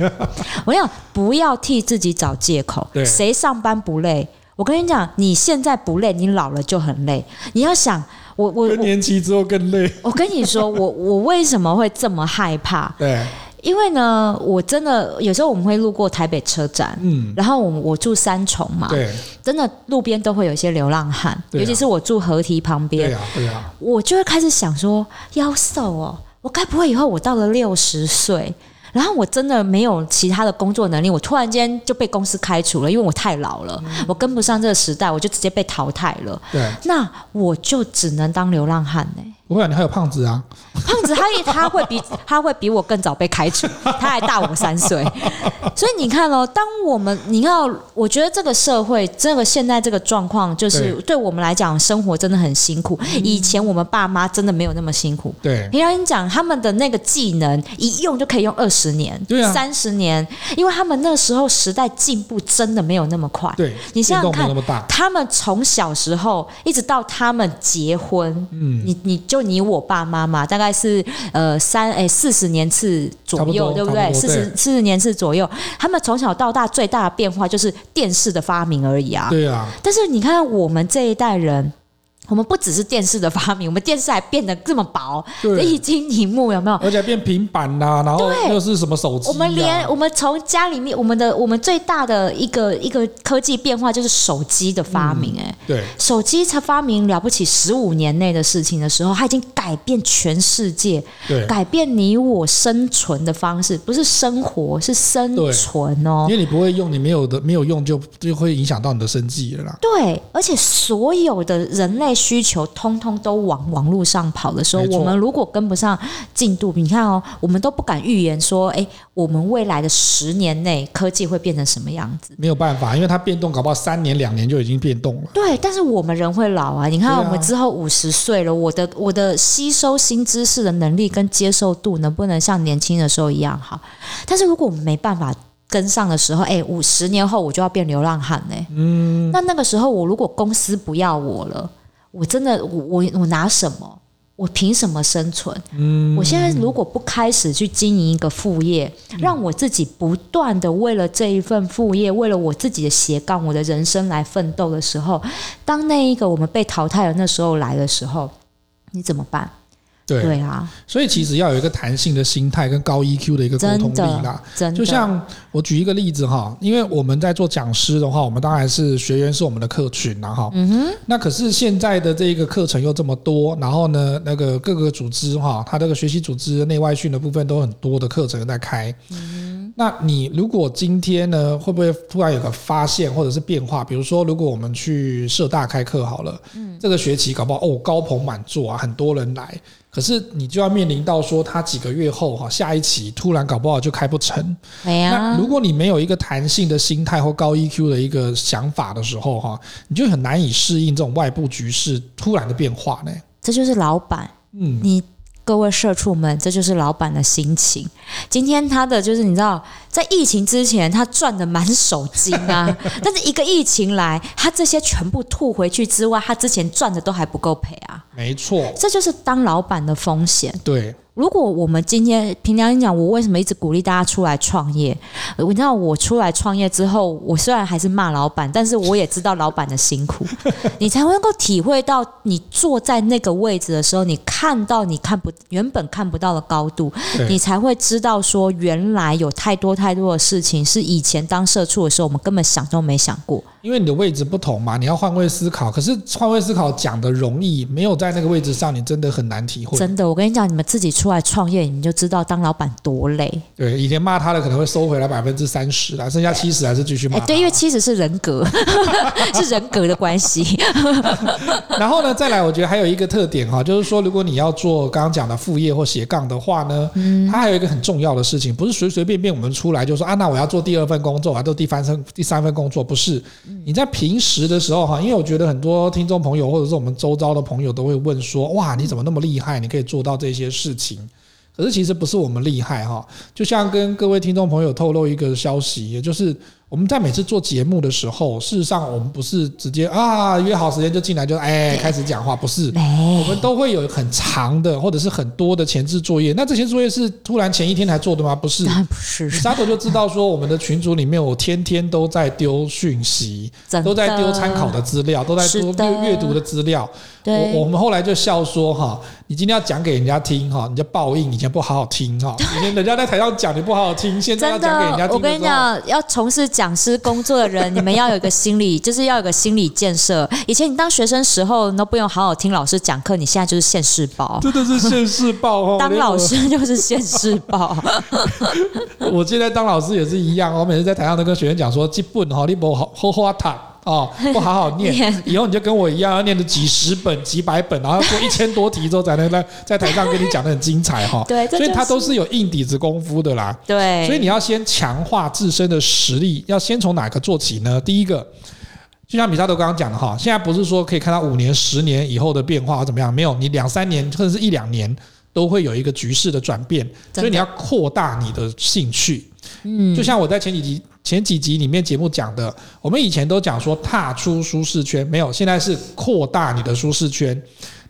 Speaker 2: 我跟你讲，不要替自己找借口
Speaker 1: 对。
Speaker 2: 谁上班不累？我跟你讲，你现在不累，你老了就很累。你要想，我我
Speaker 1: 更
Speaker 2: 我
Speaker 1: 年期之后更累。
Speaker 2: 我跟你说， 我我为什么会这么害怕？
Speaker 1: 对，
Speaker 2: 因为呢，我真的有时候我们会路过台北车站，
Speaker 1: 嗯，
Speaker 2: 然后我我住三重嘛，
Speaker 1: 对。
Speaker 2: 真的路边都会有一些流浪汉，
Speaker 1: 对啊
Speaker 2: 尤其是我住河堤旁
Speaker 1: 对
Speaker 2: 边，
Speaker 1: 呀、对呀、啊
Speaker 2: 我就会开始想说，腰瘦哦，我该不会以后我到了六十岁，然后我真的没有其他的工作能力，我突然间就被公司开除了，因为我太老了，我跟不上这个时代，我就直接被淘汰了。
Speaker 1: 对，
Speaker 2: 那我就只能当流浪汉呢、
Speaker 1: 不会、啊，你还有胖子啊，
Speaker 2: 胖子他他会比 他会比我更早被开除，他还大我三 岁，所以你看哦，当我们你看哦，我觉得这个社会这个现在这个状况，就是对我们来讲，生活真的很辛苦。以前我们爸妈真的没有那么辛苦。
Speaker 1: 嗯对，
Speaker 2: 平常人讲，他们的那个技能一用就可以用二十年
Speaker 1: 对、啊
Speaker 2: 三十、年，因为他们那时候时代进步真的没有那么快。
Speaker 1: 对，
Speaker 2: 啊你想
Speaker 1: 运
Speaker 2: 想
Speaker 1: 动没有
Speaker 2: 看
Speaker 1: 那么大，
Speaker 2: 他们从小时候一直到他们结婚，
Speaker 1: 嗯，
Speaker 2: 你你就你我爸妈嘛，大概是呃三哎四十年次左右，
Speaker 1: 差不
Speaker 2: 对
Speaker 1: 多
Speaker 2: 不对？
Speaker 1: 差不
Speaker 2: 四
Speaker 1: 多对
Speaker 2: 十四十年次左右，他们从小到大最大的变化就是电视的发明而已啊。
Speaker 1: 对啊，
Speaker 2: 但是你看我们这一代人。我们不只是电视的发明，我们电视还变得这么薄，
Speaker 1: 对
Speaker 2: 液晶荧幕有没有？
Speaker 1: 而且变平板啦、然后
Speaker 2: 对
Speaker 1: 又是什么手机、啊，
Speaker 2: 我们连我们从家里面，我们的我们最大的一个一个科技变化就是手机的发明、哎、
Speaker 1: 对
Speaker 2: 手机才发明了不起十五年内的事情的时候，它已经改变全世界，
Speaker 1: 对，
Speaker 2: 改变你我生存的方式，不是生活，是生
Speaker 1: 对
Speaker 2: 存哦
Speaker 1: 因。为你不会用，你没有的没有用就就会影响到你的生计了啦。
Speaker 2: 对，而且所有的人类需求通通都往网络上跑的时候，
Speaker 1: 没错
Speaker 2: 我们如果跟不上进度，你看哦，我们都不敢预言说，哎，我们未来的十年内科技会变成什么样子。
Speaker 1: 没有办法，因为它变动，搞不好三年两年就已经变动了。
Speaker 2: 对，但是我们人会老啊！你看，
Speaker 1: 对啊
Speaker 2: 我们之后五十岁了，我的我的吸收新知识的能力跟接受度能不能像年轻的时候一样好？但是如果我们没办法跟上的时候，哎，五十年后我就要变流浪汉嘞、嗯，那那个时候我如果公司不要我了，我真的我我我拿什么？我凭什么生存？嗯，我现在如果不开始去经营一个副业，让我自己不断的为了这一份副业，为了我自己的斜杠，我的人生来奋斗的时候，当那一个我们被淘汰的那时候来的时候，你怎么办？
Speaker 1: 对，
Speaker 2: 对啊，
Speaker 1: 所以其实要有一个弹性的心态跟高 EQ 的一个沟
Speaker 2: 真
Speaker 1: 通力
Speaker 2: 的
Speaker 1: 啦。，
Speaker 2: 真的，
Speaker 1: 就像我举一个例子哈，因为我们在做讲师的话，我们当然是学员是我们的客群啦哈。嗯哼。那可是现在的这个课程又这么多，然后呢，那个各个组织哈，它这个学习组织内外训的部分都很多的课程在开。嗯那你如果今天呢，会不会突然有个发现或者是变化？比如说，如果我们去社大开课好了，嗯，这个学期搞不好哦高朋满座啊，很多人来，可是你就要面临到说，他几个月后哈、下一期突然搞不好就开不成，
Speaker 2: 哎
Speaker 1: 那
Speaker 2: 呀
Speaker 1: 如，果你没有一个弹性的心态或高 EQ 的一个想法的时候，哈，你就很难以适应这种外部局势突然的变化呢。
Speaker 2: 这就是老板。
Speaker 1: 嗯，
Speaker 2: 你各位社畜们，这就是老板的心情。今天他的就是你知道，在疫情之前他赚的满手金 啊，但是一个疫情来，他这些全部吐回去之外，他之前赚的都还不够赔啊。
Speaker 1: 没错，
Speaker 2: 这就是当老板的风险。
Speaker 1: 对，
Speaker 2: 如果我们今天凭良心讲，我为什么一直鼓励大家出来创业？呃你知道我出来创业之后，我虽然还是骂老板，但是我也知道老板的辛苦，你才能够体会到你坐在那个位置的时候，你看到你看不原本看不到的高度，
Speaker 1: 对
Speaker 2: 你才会知道说原来有太多太多的事情是以前当社畜的时候我们根本想都没想过。
Speaker 1: 因为你的位置不同嘛，你要换位思考。可是换位思考讲的容易，没有在那个位置上，你真的很难体会。
Speaker 2: 真的，我跟你讲，你们自己出来创业，你们就知道当老板多累。
Speaker 1: 对，以前骂他的可能会收回来百分之三十啦，剩下七十还是继续
Speaker 2: 哎、
Speaker 1: 骂他。
Speaker 2: 对，因为妻子是人格， 是人格的关系。
Speaker 1: 然后呢，再来，我觉得还有一个特点哈，就是说，如果你要做刚刚讲的副业或斜杠的话呢，它还有一个很重要的事情，不是随随便便我们出来就说啊，那我要做第二份工作，啊，做第三份第三份工作，不是。你在平时的时候哈，因为我觉得很多听众朋友或者是我们周遭的朋友都会问说，哇，你怎么那么厉害？你可以做到这些事情。可是其实不是我们厉害哈，就像跟各位听众朋友透露一个消息，也就是我们在每次做节目的时候，事实上我们不是直接啊约好时间就进来就哎开始讲话，不是，我们都会有很长的或者是很多的前置作业。那这些作业是突然前一天才做的吗？ 不是，
Speaker 2: 当然不是
Speaker 1: 你，沙头就知道说我们的群组里面，我天天都在丢讯息，
Speaker 2: 真的
Speaker 1: 都在丢参考的资料，都在丢
Speaker 2: 是的
Speaker 1: 阅阅读的资料。
Speaker 2: 对
Speaker 1: 我我们后来就笑说哈，你今天要讲给人家听哈，你就报应，以前不好好听哈，以前人家在台上讲你不好好听，现在要
Speaker 2: 真
Speaker 1: 讲给人家
Speaker 2: 的。我
Speaker 1: 听
Speaker 2: 跟
Speaker 1: 的时
Speaker 2: 你
Speaker 1: 候，
Speaker 2: 讲，要从事讲师工作的 人，你们要有一个心理，就是要有个心理建设。以前你当学生时候，你都不用好好听老师讲课，你现在就是现世报。
Speaker 1: 真的是现世报哈。
Speaker 2: 当
Speaker 1: 连我
Speaker 2: 老，师就是现世报，
Speaker 1: 我现在当老师也是一样，我每次在台上都跟学员讲说，基本哈，你不好好好谈。 哦，不好好念
Speaker 2: 念，
Speaker 1: 以后你就跟我一样，要念的几十本、几百本，然后做一千多题之后，才能在在台上跟你讲的很精彩哈。
Speaker 2: 对这
Speaker 1: 所以
Speaker 2: 就
Speaker 1: 他都
Speaker 2: 是
Speaker 1: 是有硬底子功夫的啦。
Speaker 2: 对，
Speaker 1: 所以你要先强化自身的实力，要先从哪个做起呢？第一个，就像米沙头刚刚讲的哈，现在不是说可以看到五年、十年以后的变化或怎么样，没有，你两三年或者是一两年都会有一个局势的转变，
Speaker 2: 的
Speaker 1: 所以你要扩大你的兴趣。嗯，就像我在前几集前几集里面节目讲的，我们以前都讲说踏出舒适圈，没有，现在是扩大你的舒适圈，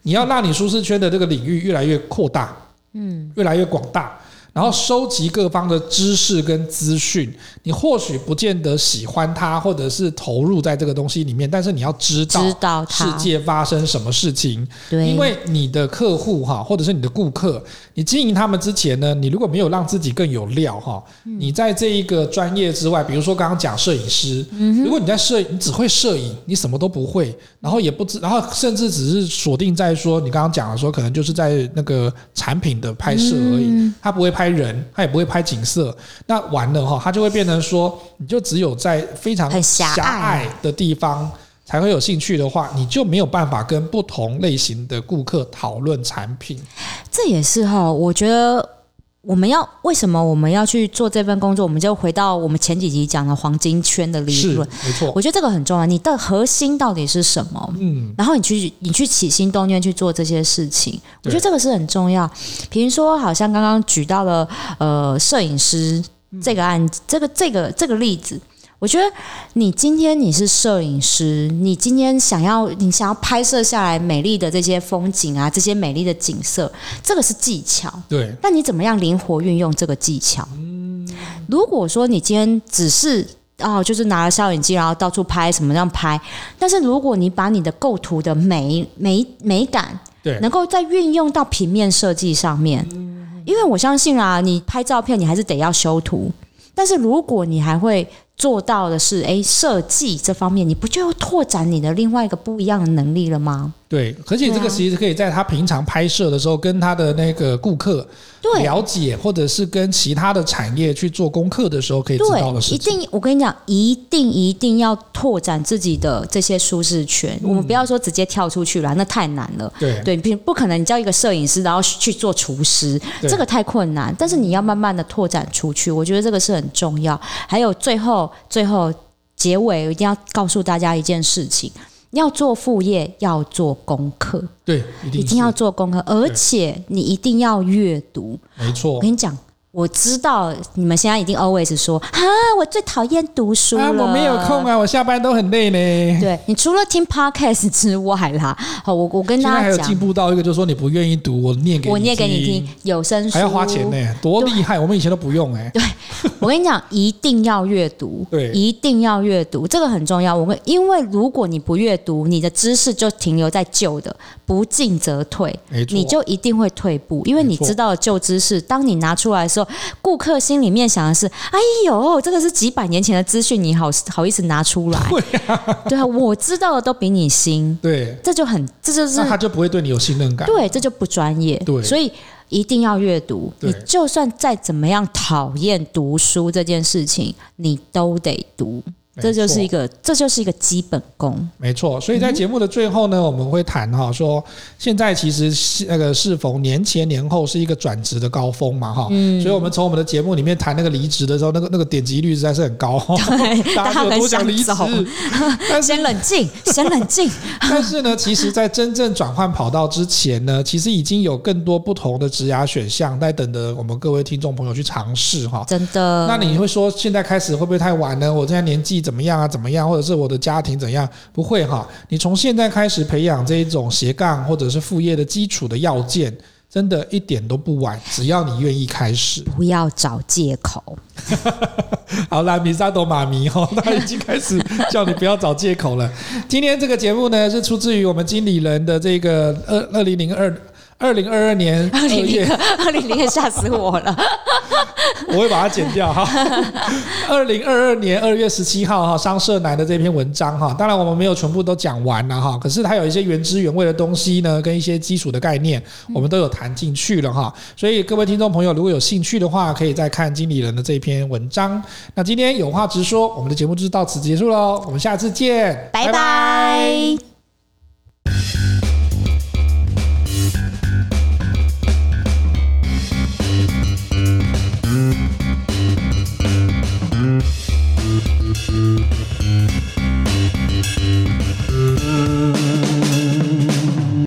Speaker 1: 你要让你舒适圈的这个领域越来越扩大，嗯，越来越广大。然后收集各方的知识跟资讯。你或许不见得喜欢它，或者是投入在这个东西里面，但是你要知道
Speaker 2: 知道
Speaker 1: 世
Speaker 2: 它，
Speaker 1: 界发生什么事情，
Speaker 2: 对，
Speaker 1: 因为你的客户哈，或者是你的顾客，你经营他们之前呢，你如果没有让自己更有料哈，你在这一个专业之外，比如说刚刚讲摄影师，
Speaker 2: 嗯
Speaker 1: 如果你在摄影，你只会摄影，你什么都不会，然后也不知，然后甚至只是锁定在说你刚刚讲的说，可能就是在那个产品的拍摄而
Speaker 2: 嗯
Speaker 1: 已，他不会拍人，他也不会拍景色，那完了哈，他就会变成说，你就只有在非常
Speaker 2: 很狭
Speaker 1: 狭
Speaker 2: 隘
Speaker 1: 隘的地方。才会有兴趣的话，你就没有办法跟不同类型的顾客讨论产品。
Speaker 2: 这也是哈，我觉得我们要为什么我们要去做这份工作，我们就回到我们前几集讲的黄金圈的理
Speaker 1: 是，
Speaker 2: 论。
Speaker 1: 没错。
Speaker 2: 我觉得这个很重要，你的核心到底是什么？
Speaker 1: 嗯，
Speaker 2: 然后你去你去起心动念去做这些事情，我
Speaker 1: 对
Speaker 2: 觉得这个是很重要。比如说，好像刚刚举到了呃摄影师
Speaker 1: 嗯
Speaker 2: 这个案子，这个这个这个例子。我觉得你今天你是摄影师，你今天想要你想要拍摄下来美丽的这些风景啊，这些美丽的景色，这个是技巧。
Speaker 1: 对，
Speaker 2: 那你怎么样灵活运用这个技巧？如果说你今天只是哦，就是拿了摄影机，然后到处拍，什么样拍？但是如果你把你的构图的美美美感，
Speaker 1: 对
Speaker 2: 能够再运用到平面设计上面，因为我相信啊，你拍照片你还是得要修图，但是如果你还会做到的是，诶，设计这方面，你不就拓展你的另外一个不一样的能力了吗？
Speaker 1: 对，而且这
Speaker 2: 对
Speaker 1: 个
Speaker 2: 啊
Speaker 1: 其实可以在他平常拍摄的时候，跟他的那个顾客
Speaker 2: 对，
Speaker 1: 了解，或者是跟其他的产业去做功课的时候，可以知道的
Speaker 2: 对，
Speaker 1: 事
Speaker 2: 一
Speaker 1: 情。
Speaker 2: 定，我跟你讲，一定一定要拓展自己的这些舒适圈。我们不要说直接跳出去了，那太难了。
Speaker 1: 嗯对，
Speaker 2: 对，不不可能，你叫一个摄影师，然后去做厨师，
Speaker 1: 对
Speaker 2: 这个太困难。但是你要慢慢的拓展出去，我觉得这个是很重要。还有最后，最后结尾一定要告诉大家一件事情：要做副业，要做功课，
Speaker 1: 对，一
Speaker 2: 一
Speaker 1: 定
Speaker 2: 定要
Speaker 1: 是
Speaker 2: 做功课，而且你一定要阅读。
Speaker 1: 没
Speaker 2: 我
Speaker 1: 错。
Speaker 2: 跟你讲，我知道你们现在一定 always 说啊，我最讨厌读书了、
Speaker 1: 啊，我没有空。啊，我下班都很累呢。
Speaker 2: 对你除了听 podcast 之外啦，好，我我跟
Speaker 1: 现在
Speaker 2: 大
Speaker 1: 还
Speaker 2: 家
Speaker 1: 有进
Speaker 2: 讲，
Speaker 1: 步到一个，就是说你不愿意读，我念给
Speaker 2: 我念给你听，有声书，
Speaker 1: 还要花钱。呢，多厉害！我们以前都不用哎。
Speaker 2: 我跟你讲，一定要阅读，
Speaker 1: 对
Speaker 2: 一定要阅读，这个很重要。我们因为如果你不阅读，你的知识就停留在旧的，不进则退。
Speaker 1: 没错，
Speaker 2: 你就一定会退步，因为你
Speaker 1: 没错
Speaker 2: 知道的旧知识，当你拿出来的时候，顾客心里面想的是：哎呦，这个是几百年前的资讯，你好好意思拿出 来？对啊，我知道的都比你新，
Speaker 1: 对，
Speaker 2: 这就很，这就是
Speaker 1: 那他就不会对你有信任感。
Speaker 2: 对，这就不专业。
Speaker 1: 对
Speaker 2: 所以一定要阅读。
Speaker 1: 对
Speaker 2: 你就算再怎么样讨厌读书这件事情，你都得读。
Speaker 1: 没
Speaker 2: 这就是
Speaker 1: 错
Speaker 2: 一个，这就是一个基本功。
Speaker 1: 没错，所以在节目的最后呢，我们会谈哈，说现在其实是那个适逢年前年后是一个转职的高峰嘛哈，所以我们从我们的节目里面谈那个离职的时候，那个那个点击率实在是很高， 哦大家
Speaker 2: 大
Speaker 1: 就
Speaker 2: 家
Speaker 1: 有多想
Speaker 2: 很想
Speaker 1: 离职
Speaker 2: 走，
Speaker 1: 但是
Speaker 2: 先冷静，先冷静。
Speaker 1: 但是呢，其实，在真正转换跑道之前呢，其实已经有更多不同的职涯选项在等着我们各位听众朋友去尝试哈。
Speaker 2: 真的。
Speaker 1: 那你会说现在开始会不会太晚呢？我现在年纪怎么样啊？怎么样？或者是我的家庭怎样？不会哈，你从现在开始培养这一种斜杠或者是副业的基础的要件，真的一点都不晚，只要你愿意开 始。
Speaker 2: 不要找借口，
Speaker 1: 好啦，米沙朵妈咪 哈，他已经开始叫你不要找借口了。今天这个节目呢，是出自于我们经理人的这个二二零零二二零二二年
Speaker 2: 二
Speaker 1: 二
Speaker 2: 零
Speaker 1: 月
Speaker 2: 零。二零零吓死我了！
Speaker 1: 我会把它剪掉哈。二零二二年二月十七号哈，商社男的这篇文章哈，当然我们没有全部都讲完了哈，可是它有一些原汁原味的东西呢，跟一些基础的概念，我们都有谈进去了哈。所以各位听众朋友，如果有兴趣的话，可以再看经理人的这篇文章。那今天有话直说，我们的节目就到此结束喽，我们下次见，
Speaker 2: 拜拜